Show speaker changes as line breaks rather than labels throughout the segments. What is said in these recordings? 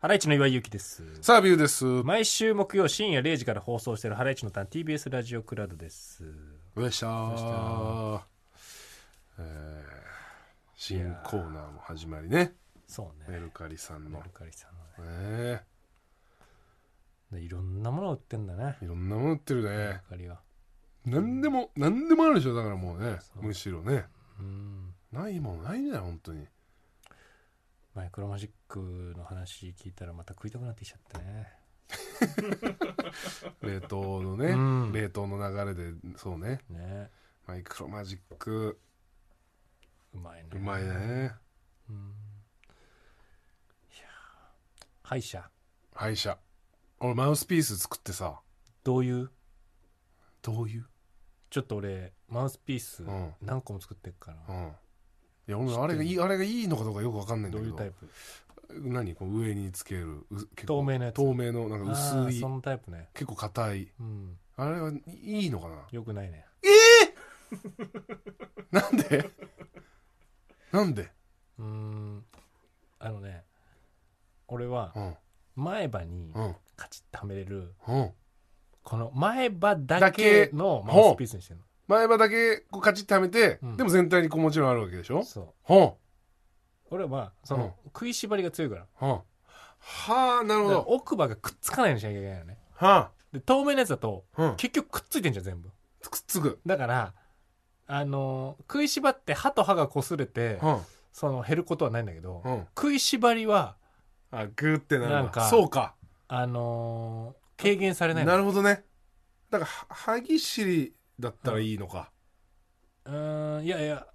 ハライチの岩井ゆきです。
さあ、ビューです。お
毎週木曜深夜0時から放送しているハライチのターン TBS ラジオクラウドです。
願いしたー。えー新コーナーも始まりね。
そう
メ
ね。
ルカリさん
メ
の
ル。カリさんのね
ね
で。いろんなものを売ってんだね。
いろんなもの売ってる
メル
ね。
カリは。
なんでも、なんでもあるでしょ。だからもうね
そ。う
むしろね。
うん。
ないもんないんだよ、本当に。
マイクロマジックの話聞いたらまた食いたくなってきちゃってね。
冷凍の
う
ね。
ん。ね
冷凍の流れで、そうね。マイクロマジック。
うまいね。
うまいね。
うん。いやー歯医者。
歯医者。俺、マウスピース作ってさ。
どういう
どういう
ちょっと俺、マウスピース
うん
何個も作ってっから。
うん。いや、俺、あれがいい、あれがいいのかどうかよくわかんないん
ど
だ
う
け
いう
ど
タ。イプ
何こう上につけるう結構
透明なやつ
透明のなんか
あ
薄
ー
い
そのタイプね。
結構硬い
うん。
あれはいいいのかな
よくないね。
なん でなんで
うーんあのね俺は
うん
前歯に
うん
カチッとはめれる
うん
この前歯だ
だ
け
け
のマウスピースにしてる
前歯だけこうカチッてはめて、
うん
でも全体にこうもちろんあるわけでしょ
のそう
ほ
俺はその食いしばりが強いから
んうんはあな
だから
るほど
奥歯がくっつかないようにしなきゃいけないのね
は
で透明なやつだと
あうん
結局くっついてんじゃん全部
くっつく
だからあのー食いしばって歯と歯が擦れて
うん
その減ることはないんだけど
うん
食いしばりは
あグーってなるんだ
なんか
そうか
あのー軽減されないの
なるほどねだからは歯ぎしりだったらいいのか、
うーんいやいや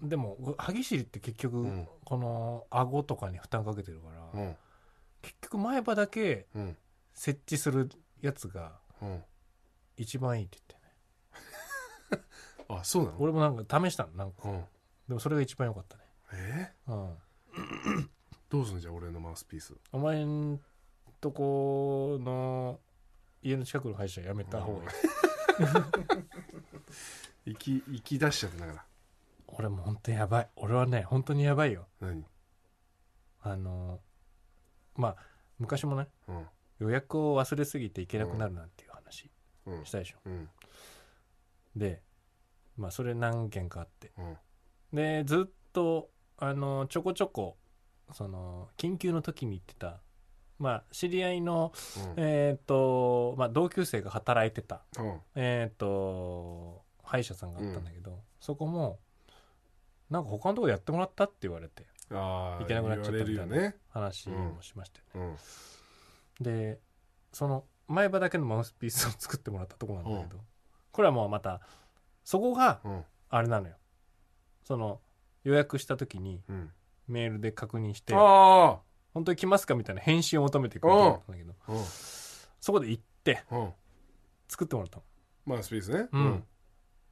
でも歯ぎしりって結局、
うん
この顎とかに負担かけてるから、
うん
結局前歯だけ
うん
設置するやつが
うん
一番いいって言ってね
あそうなの
俺もなんか試したのなんか
うん
でもそれが一番良かったね
えー
うん
どうすんのじゃあ俺のマウスピース
お前んとこの家の近くの歯医者やめた方がいい、
行き行き出しちゃったんだから
俺もう本当にやばい俺はね本当にやばいよ
何
あのまあ昔もね
うん
予約を忘れすぎて行けなくなるなんていう話
うん
したでしょ、
うん
でまあそれ何件かあって
うん
でずっとあのちょこちょこその緊急の時に行ってたまあ知り合いの
うん
えっ、とまあ同級生が働いてた
うん
えっ、と歯医者さんがあったんだけど、そこもなんか他のとこやってもらったって言われて
ああ
行けなくなっちゃったみたいな
よね
話もしましたよね、
うん
でその前歯だけのマウスピースを作ってもらったとこなんだけど、これはもうまたそこが
うん
あれなのよその予約した時に
うん
メールで確認して
あ
「本当に来ますか?」みたいな返信を求めてくれたんだけど
あうん
そこで行って
うん
作ってもらったの
マウスピースね
うん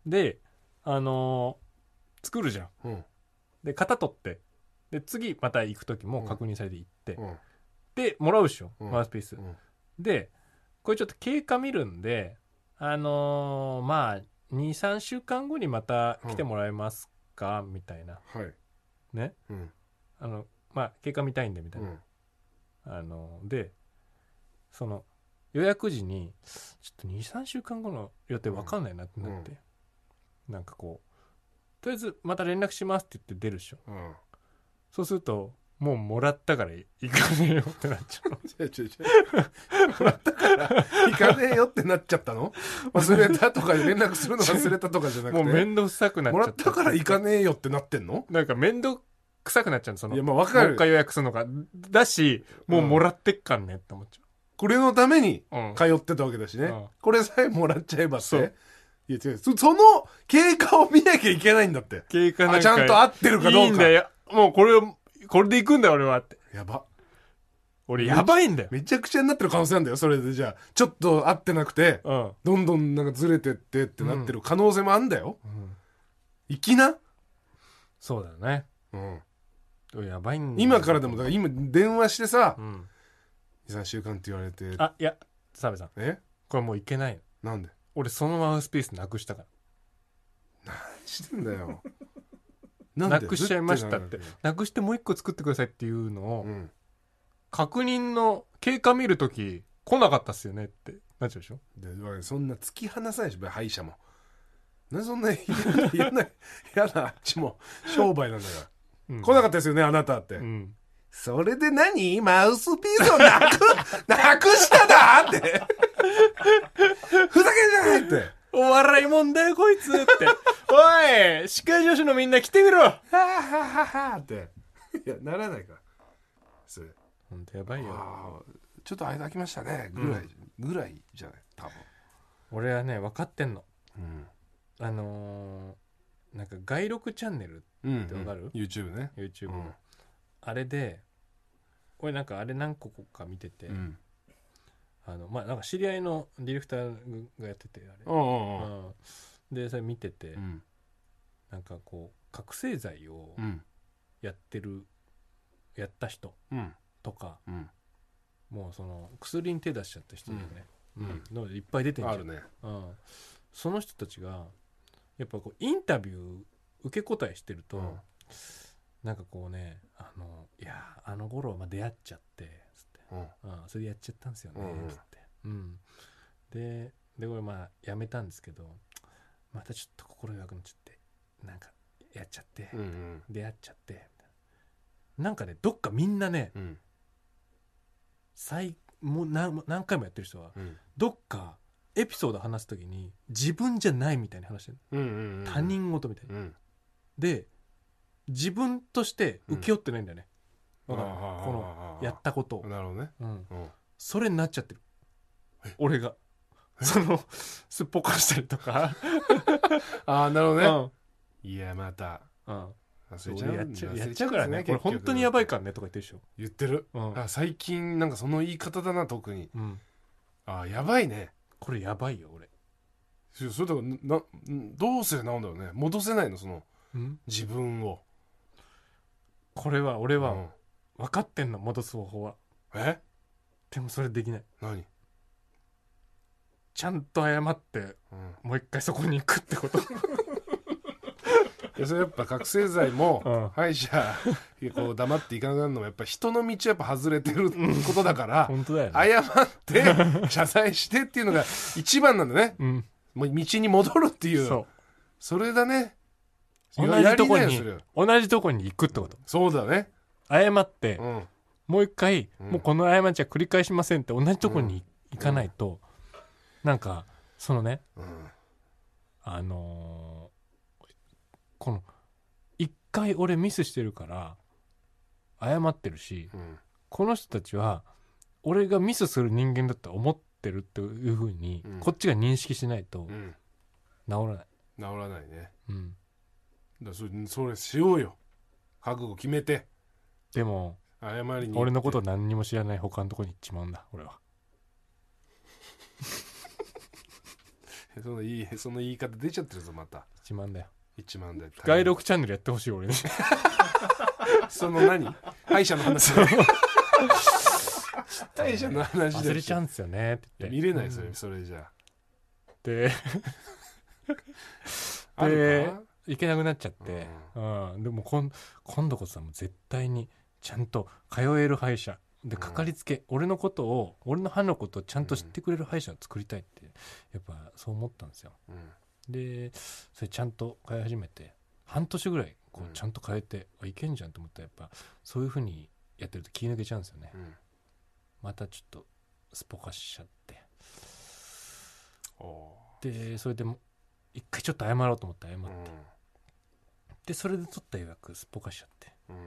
であのー作るじゃん
うん
で型取ってで次また行く時も確認されて行って、
うん
でもらうっしょ、
うん
マウスピース、
うん
でこれちょっと経過見るんであのーまあ23週間後にまた来てもらえますか、みたいな
はい
ね
うん
あのまあ経過見たいんでみた
う
いな、
ん
あのでその予約時にちょっと23週間後の予定わかんないなってなって、なんかこうとりあえずまた連絡しますって言って出るでしょ
うん
そうするともうもらったから行かねえよってなっちゃう
違う違う違う 行かねえよってなっちゃったの忘れたとか連絡するの忘れたとかじゃなく
も
て
う面倒くさくなっち
も
ゃ
ら
っ
ったたから行か
ね
ねえよってなってんの
なんか面倒くさくなっちゃうのその
いやまあわか
もう
る
一回予約するのがだしもうもらってっかんねって思っち
これのために
ゃう、うん
通ってたわけだしね、
うん
これさえもらっちゃえばっ
そう
ていや違うそその経過を見なきゃいけないんだって
経過なんか
あちゃんと合ってるかど
いい
うんか
だよもうこれをこれで行くんだ俺はって
やば
俺やばいんだよ
めちゃくちゃになってる可能性なんだよそれでじゃあちょっと合ってなくて
うん
どんどんなんかずれてってってなってる可能性もあんだよ、
ん
いきな、
そうだよね
うん、
やばいんだよ
今からでもだから今電話してさ
うん
23週間って言われて
あいや澤部さん
え
これもういけない
なんで
俺そのマウスピースなくしたから
何してんだよ
なくしちゃいましたって
ずと
なくしてもう一個作ってくださいっていうの
な
を
んだようん
確認の経過見るとき来なかったっすよねってなっちゃうでしょ
でまあそんな突き放さないでしょ歯医者もなんでそんな嫌な嫌な嫌なあっちも商売なんだから、
うん
来なかったですよねあなたって、
うん
それで何マウスピースをなく なくしただってふざけんじゃないって
お笑いもんだよこいつって おい司会助手のみんな来てみろ
はあはあはあはあっていやならないからそれ
ほんとやばいよ
あーちょっと間空きましたねぐらい、ぐらいじゃない多分、
俺はね分かってんの
うん
あのーなんか外録チャンネル
うん
ってわかる
YouTube ね
YouTube
う
の、
ん
あれで俺なんかあれ何個か見てて、
うん
あのまあなんか知り合いのディレクターがやっててあれ、
うんうん
うんでそれ見てて、
うん
なんかこう覚醒剤を
うん
やってる、やった人
うん
とか
うん
もうその薬に手出しちゃった人だよね、
う
う
ん
んのいっぱい出てんじゃ
あ
ん
るね
うん、その人たちがやっぱこうインタビュー受け答えしてると、
うん
なんかこうね「あのいやあの頃はまあ出会っちゃって」つって
うん
うん、それでやっちゃったんですよね、
うんうん
つって、うん、ででこれまあやめたんですけどまたちょっと心弱くなっちゃってなんかやっちゃって、
うんうん
出会っちゃってみたいななんかねどっかみんなね
うん
最もう何何回もやってる人は
うん
どっかエピソード話す時に自分じゃないみたいに話してる
うんうんうん
他人事みたいに、
うん
で自分として請け負ってないんだよね、
あー
わかる
あー
この
あー
やったことを、
なるほどね
うん、
うん
それになっちゃってる俺がそのすっぽかしたりとか、
ああなるほ
う
どね
ん
いやまた
うん、
忘
そ
れ
う
ちゃう
俺やっちゃ
忘
う
れ
やっちゃうからね
んです
これ
結局
本当にやばいからねとか言ってるでしょ、
言ってる
うん
あ最近なんかその言い方だな特に
うん、
あーやばいね
これやばいよ俺、
そうそれだからななんどうすればなんだろうね戻せないのその
うん、
自分を
これは俺
う
は
ん
分かってんの戻す方法は
え
でもそれできない
何
ちゃんと謝って
うん
もう一回そこに行くってこと、
いやそれやっぱ覚醒剤も、
うん
歯医者こう黙っていかなくなるのもやっぱ人の道はやっぱ外れてることだから、
本当だよね、
謝って謝罪してっていうのが一番なんだね
うん、
もう道に戻るっていう
そ
それだね
う
い
同
やや
じと
り
こ
なよ
に
それ
同じとこに行くってこと
そうだね
謝って、
うん
もう一回、
うん
もうこの過ちは繰り返しませんって同じとこに行かないと、なんかそのね
うん
あのーこの一回俺ミスしてるから謝ってるし
うん
この人たちは俺がミスする人間だと思ってるっていうふうに、
うん
こっちが認識しないと
うん
治らない、
治らないね
うん、
だからそれそれしようよ覚悟決めて
でも
謝りに行って
俺のこと何にも知らない他のとこに行っちまうんだ俺は
そのいいその言い方出ちゃってるぞまた
一万だよ
一万で
外録チャンネルやってほしい俺に
その何歯医者の話歯医者の話で
忘れちゃうんですよねって言って
見れないそ
うん
れそれじゃ
で
ああるかな
行けなくなっちゃって、うんでもこん今度こそはもう絶対にちゃんと通える歯医者で
うん
かかりつけ、俺のことを俺の歯のことをちゃんと知ってくれる歯医者を作りたいってやっぱそう思ったんですよ
うん
でそれちゃんと通い始めて半年ぐらいこ
う
う
ん
ちゃんと通えて、あいけんじゃんと思ったらやっぱそういうふうにやってると気抜けちゃうんですよね
うん
またちょっとすっぽかしちゃって
お
でそれでも一回ちょっと謝ろうと思って謝って、
ー
でそれで取った予約すっぽかしちゃって
うんうん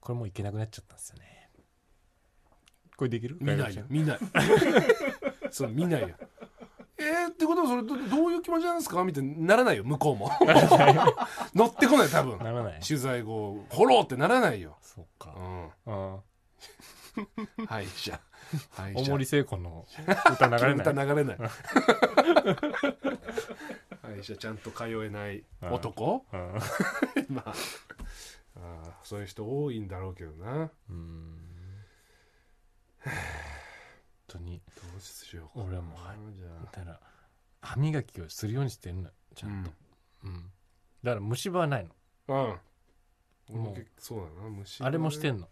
これもういけなくなっちゃったんですよねこれできる
見ないよ見ない そう見ないよえー、ってことはそれどどういう気持ちなんですかみたいにならないよ向こうも乗ってこない多分
ならない
取材後フォローってならないよ、
そう
う
か、
ん、
うん、
歯医者 歯医
大
者
森聖子の歌流れない
歌 流れない歯医者ちゃんと通えない男、
うん
まああーそういう人多いんだろうけどなど
うん本当に
うしようかな
俺はもうはい
じゃ
だ
あ
から歯磨きをするようにしてるのよちゃんと、うんだから虫歯はないの
うん、俺
も
も
う
結構そうだな虫
あれもして
ん
んの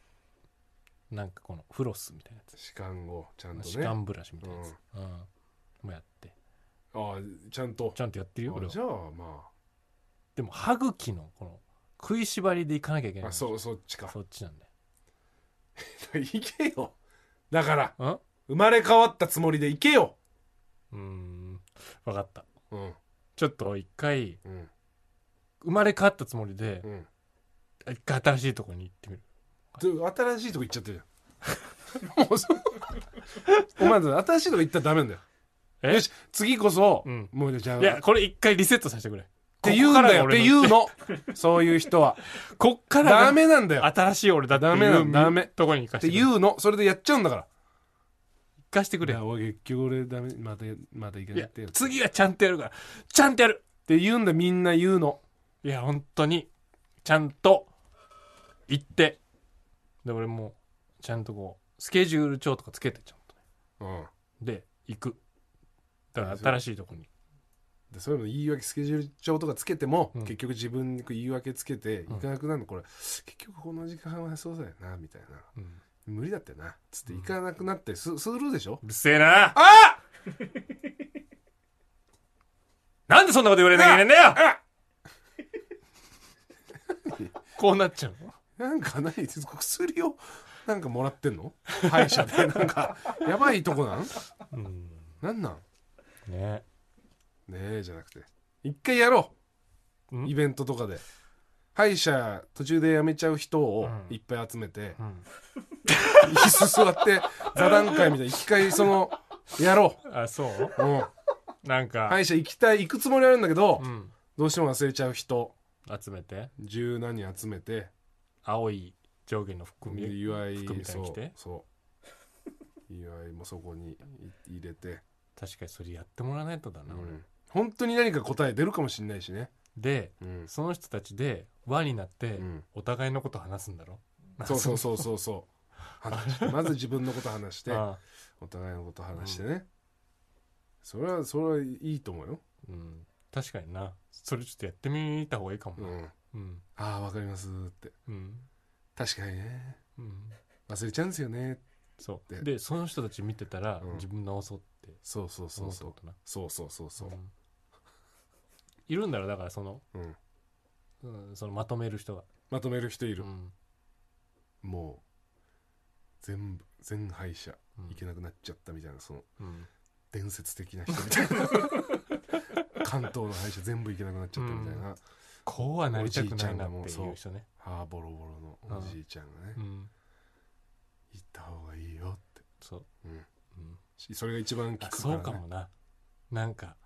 なんかこのフロスみたいなやつ
歯間をちゃんと
歯
ねあ
間ブラシみたいなやつ、うんもやって
あちゃんと
ちゃんとやってるよ俺
あ
は
じゃあま
でも歯茎のこの食いしばりでいかなきゃいけ
あ
ない
あそうそっちか
そっちなんだよ
行けよだから
うん
生まれ変わったつもりで行けよ
うーん分かった
うん
ちょっと一回
うん
生まれ変わったつもりで
うん
一回新しいとこに行ってみる
で新しいとこ行っちゃってるじゃん もうそうお前新しいとこ行ったらダメなんだよ
え
よし次こそ、
うん
もうじゃあ
いやこれ一回リセットさせてくれっ
って言うんだよって言
う
うのそういう人 は
こっからが
ダメなんだよっ
新しい俺だっていう
ダメなのダメ
とこに行かしててくれ行
言うのそれでやっちゃうんだから
かしてくれ
いや俺結局俺ダメまたまた行か
い
な
や
くてよっ
次はちゃんとやるからちゃんとやる
て言うんだみんな言うの
いや本当にちゃんと行ってで俺もうちゃんとこうスケジュール帳とかつけてちゃんとね
うん
で行くだから新しいとこに
でそういうの言い訳スケジュール帳とかつけても、
うん
結局自分に言い訳つけて
うん
行かなくなるの、これ結局この時間はそうだよなみたいな
うん
無理だったよなつって行かなくなってすスルーでしょ
うるせえな
あ
なんでそんなこと言われなきゃいけないんだよ
あ
こうなっちゃうの
なんか何薬をなんかもらってんの歯医者 でなんかやばいとこなん
うん
なんなん
ね
ねえじゃなくて一回やろ
ん
うイベントとかで歯医者途中で辞めちゃう人を
うん
いっぱい集めて
う、ん
椅子座って座談会みたいな一回そのやろ
あそう
う、うん、
なんか、
歯医者行きたい行くつもりあるんだけど、
うん
どうしても忘れちゃう人
集めて
十何人集めて
青い上下の服み
祝い
服みたい
そ
に着
う
て
そう祝いもそこにい入れて、
確かにそれやってもらわないとだな、俺
うん本当に何か答え出るかもしれないしね、
で
うん
その人たちで輪になって
うん
お互いのこと話すんだろ、
そうそうそうそうそう話 してまず自分のこと話して
ああ
お互いのこと話してね、それはそれはいいと思うよ、
うん、確かになそれちょっとやってみた方がいいかも
う、
なんうん
ああわかりますって
うん
確かにね
うん
忘れちゃうんですよね
そう
で
でその人たち見てたら、
うん
自分直そうって
そうそうそ
思
う
った
そ
こ
う
とな
そうそうそうそう
うんいるんだろだからその,、
うん
うん、そのまとめる人が、
まとめる人いる
う、ん
もう全部全敗者
うん
いけなくなっちゃったみたいなその
うん
伝説的な人みたい な関東の敗者全部いけなくなっちゃったみたいな、
うんこうはなりたくないなっ
お
て
じいちゃ
い
んがも
う
う
人ね
ああボロボロのおじいちゃんがね、
うん
行った方がいいよって、
そう、
う
う
ん
ん、
しそれが一番効くか
あ
ら、ね、
そうかもななんか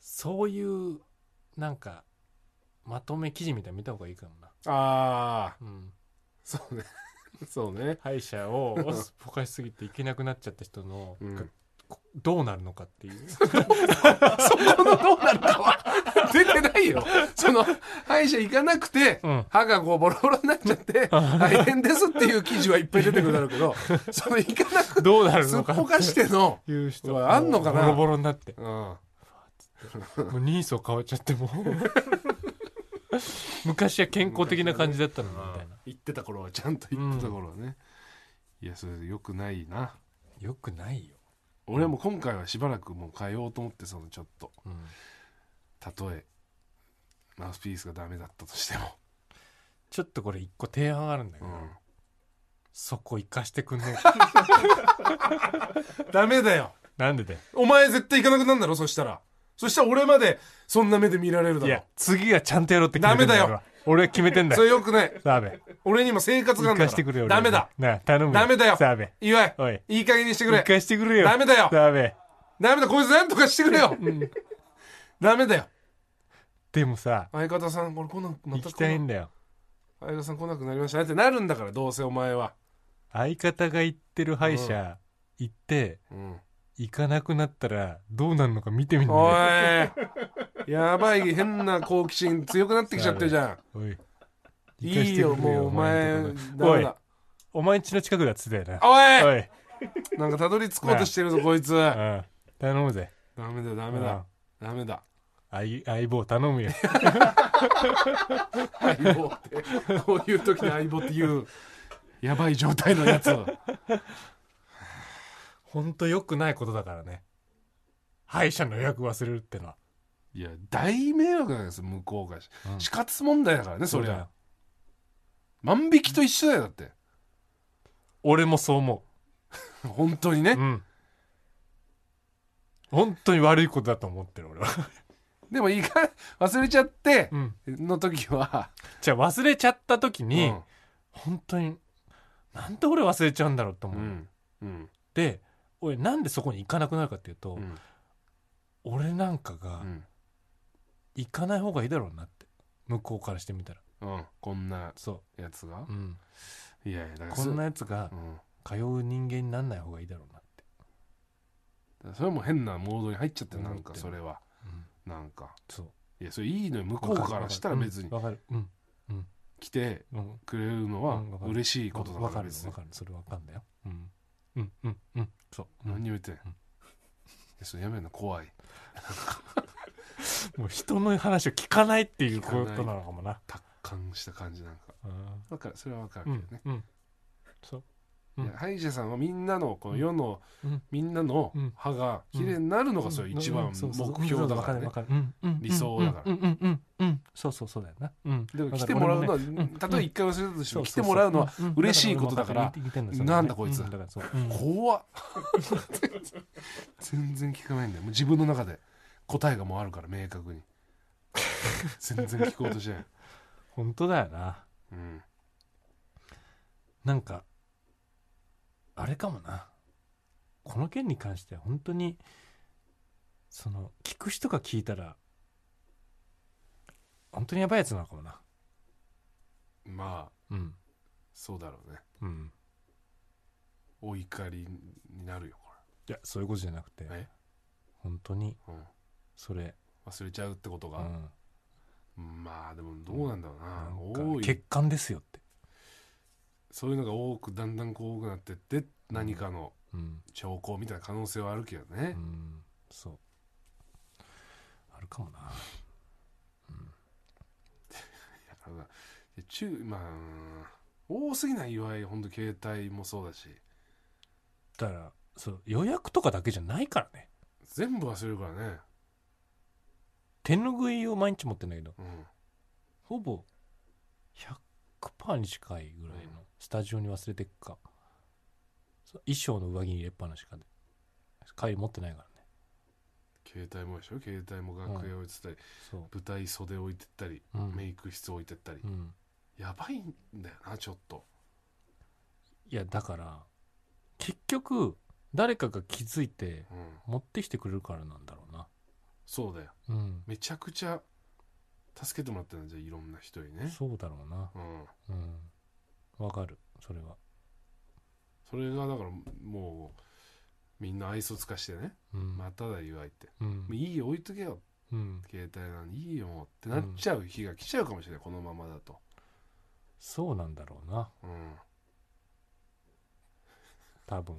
そういうなんかまとめ記事みたいなの見た方がいいかもな、
ああ
うん、
そうね そうね
歯医者 をぼかしすぎて行けなくなっちゃった人の、
うん
がこどうなるのか っていう
そこのどうなるかは 出てないよその歯医者行かなくて、
うん
歯がこうボロボロになっちゃって大変ですっていう記事はいっぱい出てくるだろうけ どその行かなく
どうな
て
る
すっ
のか
ぽかしての
ていう人
うわあんのかな
もうボロボロになって
うん
もうニーソ変わっちゃっても う昔は健康的な感じだったのにみたいな、
言ってた頃はちゃんと言ってた頃はね、いやそれよくないな
よくないよ、
俺も今回はしばらくもう変えようと思ってそのちょっと
うん
たとえマウスピースがダメだったとしても、
ちょっとこれ一個提案あるんだけ
う
ど、
ん
そこ行かしてくんねえか
ダメだよ
なんでだよ
お前絶対行かなくなるんだろそしたらそしたら俺までそんな目で見られるだ
い
ろ
や、次はちゃんとやろうって決めてん
ダメだよ
俺は俺は決めてんだ
そ
よ。
れよくない
澤部。
俺にも生活が
一
あるんだ
回
から
してくれよ。俺
ダ
は
メだ
なあ、頼むよ。
ダメだよ
澤部。
岩井
おい。
いい加減にしてく
一
れ
回してくれよ。
ダメだよ
澤部。
ダメだこいつなんとかしてくれよ、ダメだよ
でもさ、
相方さんこれ来なくま
行
た
き
来な
たいんだよ。
相方さん来なくなりましたねってなるんだからどうせお前は
相方が行ってる歯医者、行って、
うん
行かなくなったら、どうなるのか見てみる
お
ね。
いやばい変な好奇心強くなってきちゃってるじゃ
おい。
ん
行
い
かして
いよ
くれ
もうお前
のとこ
ダ
お
メ
い
だ、
お前ん家の近くだっつってたよ
おい
な。おい。
なんかたどり着こうとしてるぞこいつダ
うん。頼むぜ。
メだダ
ダ
メだ。ダメだ
相相棒頼 むよ。
相棒ってこういう時に相棒って言うやばい状態のや つを
ほんと良くないことだからね歯医者の予約忘れるってのは、
いや大迷惑なんですよ向こうが
うん
死活問題だからねそり
うだ
ゃ
よ
万引きと一緒だよだって
俺もそう思
本当
う
にね
うん本当に悪いことだと思ってる俺は、
でもいいか忘れちゃって
うん、
の時は
じゃあ忘れちゃった時に、
うん
本当になんで俺忘れちゃうんだろうと思
う
う、
んうん
で俺なんでそこに行かなくなるかっていうと、
うん
俺なんかが
うん
行かない方がいいだろうなって向こうからしてみたら
うんこんな
そ
やつが
う、うん、
いやいやだから
こ
そ
んなやつが
うん
通う人間になんない方がいいだろうなって、
それはもう変なモードに入っちゃってるなんか
思って
そ
る
れは
うん、
なんか
そう
いやそれいいのよ向こうからしたら別
わ
に
かるわかる
来て
うんうん
くれるのは
うんわかる
嬉しいことだ
わか
か
らる
別
わ
に
かるそれわかんだようんうんうんうんそう、
何を言ってんい
うん
やそれやめるの怖い
もう人の話を聞かないっていう
聞
こ
かない
となのかもな
達観した感じなんか
うん
わかるそれはわかる
う
けど
ん
ね、
うんそううん
いや歯医者さんはみんなのこの世の、
うん
みんなの
うん
歯が綺麗になるのがそれ一番目標だからね
わかるわかるうんうん
理想だから
うんうんうんうんうんそうそうそうだよなうん
でも来てもらうのは、
ん
たとえ一回忘れたとして
そ
も
う
来
そ
て
うそう
もらうのは
んん
嬉しいことだから
俺も分かる似てる
なんだこいつ
うんだからそううん
怖っ 全然聞かないんだよもう自分の中で答えがもうあるから明確に全然聞こうとしない、
本当だよな
うん、
なんかあれかもなこの件に関しては本当にその聞く人が聞いたら本当にやばいやつなのかもな
まあ
うん
そうだろうね
うん
お怒りになるよこ
いやそういうことじゃなくて
え
本当に
れ、うん、
それ、
忘れちゃうってこと
う
が、
ん、
まあでもどうなんだろう
な
な、
ん
多
か
い
欠陥ですよって、
そういうのが多くだんだんこう多くなってって何かの
うん
兆候みたいな可能性はあるけどね
う、んそうあるかもな
だからなで中まあうん多すぎない祝いほんと携帯もそうだし
だからそう予約とかだけじゃないからね
全部忘れるからね
手ぬぐいを毎日持ってんだけど
うん
ほぼ100%に近いぐらいのスタジオに忘れてっか、そう衣装の上着に入れっぱなしかで帰り持ってないからね
携帯もでしょ携帯も楽屋置いてたり、
そ
舞台袖置いてったり、
う、うん
メイク室置いてったり、
うん、
やばいんだよなちょっと
いやだから結局誰かが気づいて
うん
持ってきてくれるからなんだろうな
そうだよ
うん
めちゃくちゃ助けてもらってるんじゃあいろんな人にね
そうだろうな
うん
うんわかるそれは
それがだからもうみんな愛想つかしてね
うん
まただ祝いって
うん
もういいよ置いとけよ
うん
携帯なんでいいよもうってなっちゃう日が来ちゃうかもしれないこのままだと
そうなんだろうな
うん
多分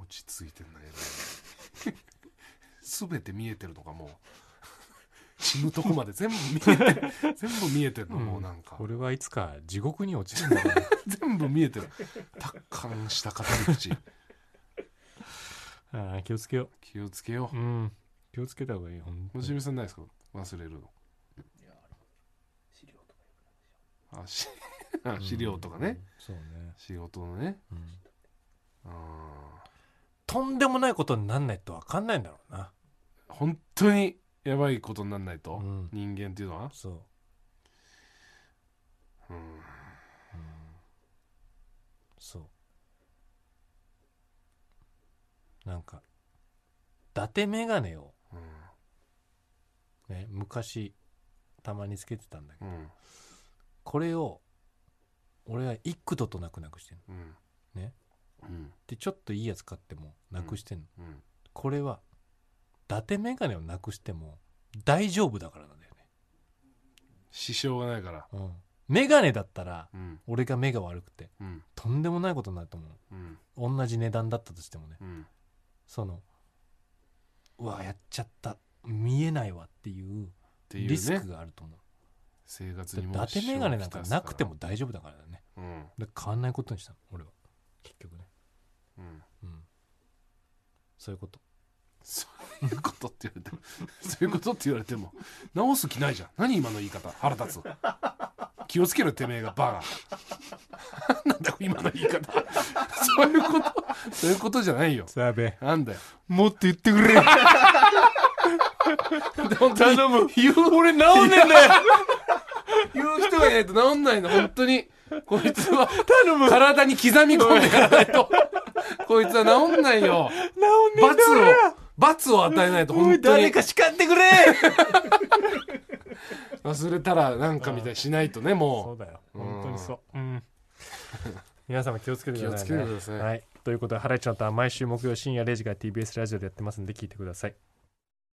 落ち着いてんだけど全て見えてるのかもう死ぬとこまで全部見えてる全部見えてるの、
うん
もうなんか
俺はいつか地獄に落ちるんだろうな
全部見えてる達観した語り口
あー気をつけよ
気をつけよ
ううん気をつけた方がいい本
う
当
も
に
しみさんないですか忘れるのあし あ資料とか
う
ね
ん、そうね、
仕事のね
うん
うん
とんでもないことになんないと分かんないんだろうな
本当にやばいことにならないと、
うん
人間っていうのは
そ
うん
う、うん、そうなんか伊達眼鏡をね昔たまにつけてたんだけ
う
ど、
ん
これを俺は幾度となくなくしてるの
うん
ね
うん
でちょっといいやつ買ってもなくしてんの、
うん
これは伊達眼鏡をなくしても大丈夫だからなんだよね
支障がないから
うん眼鏡だったら
うん
俺が目が悪くて
うん
とんでもないことになると思う
うん
同じ値段だったとしてもね
うん
そのうわやっちゃった見えないわっていう
っていうね
リスクがあると思う
生活
だ
に
って
も
伊達眼鏡なんかなくて
も、
も大丈夫だからね
うん
だから変わんないことにしたの俺は結局ね
うん、
うんそういうこと
そういうことって言われても そういうことって言われても直す気ないじゃん何今の言い方腹立つ気をつけろてめえがバカ なんだ今の言い方そういうことそういうことじゃないよ
澤部
なんだよ
もっと言ってくれ頼む
言う
俺直んねんだよ
言う人がいないと治んないの本当にこいつは
頼む
体に刻み込んでいかないとこいつは治んないよ
直んねん
罰
だ
を
俺
罰を与えないと
お
本
い
当
誰
に
か叱ってくれ
忘れたらなんかみたいにしないとね
そ
も
うだよ
うん
本当にそううん皆様気をつけてください、ね、
気をつけてください
はい、ということで「ハライチのターン」毎週木曜深夜0時から TBS ラジオでやってますんで聞いてください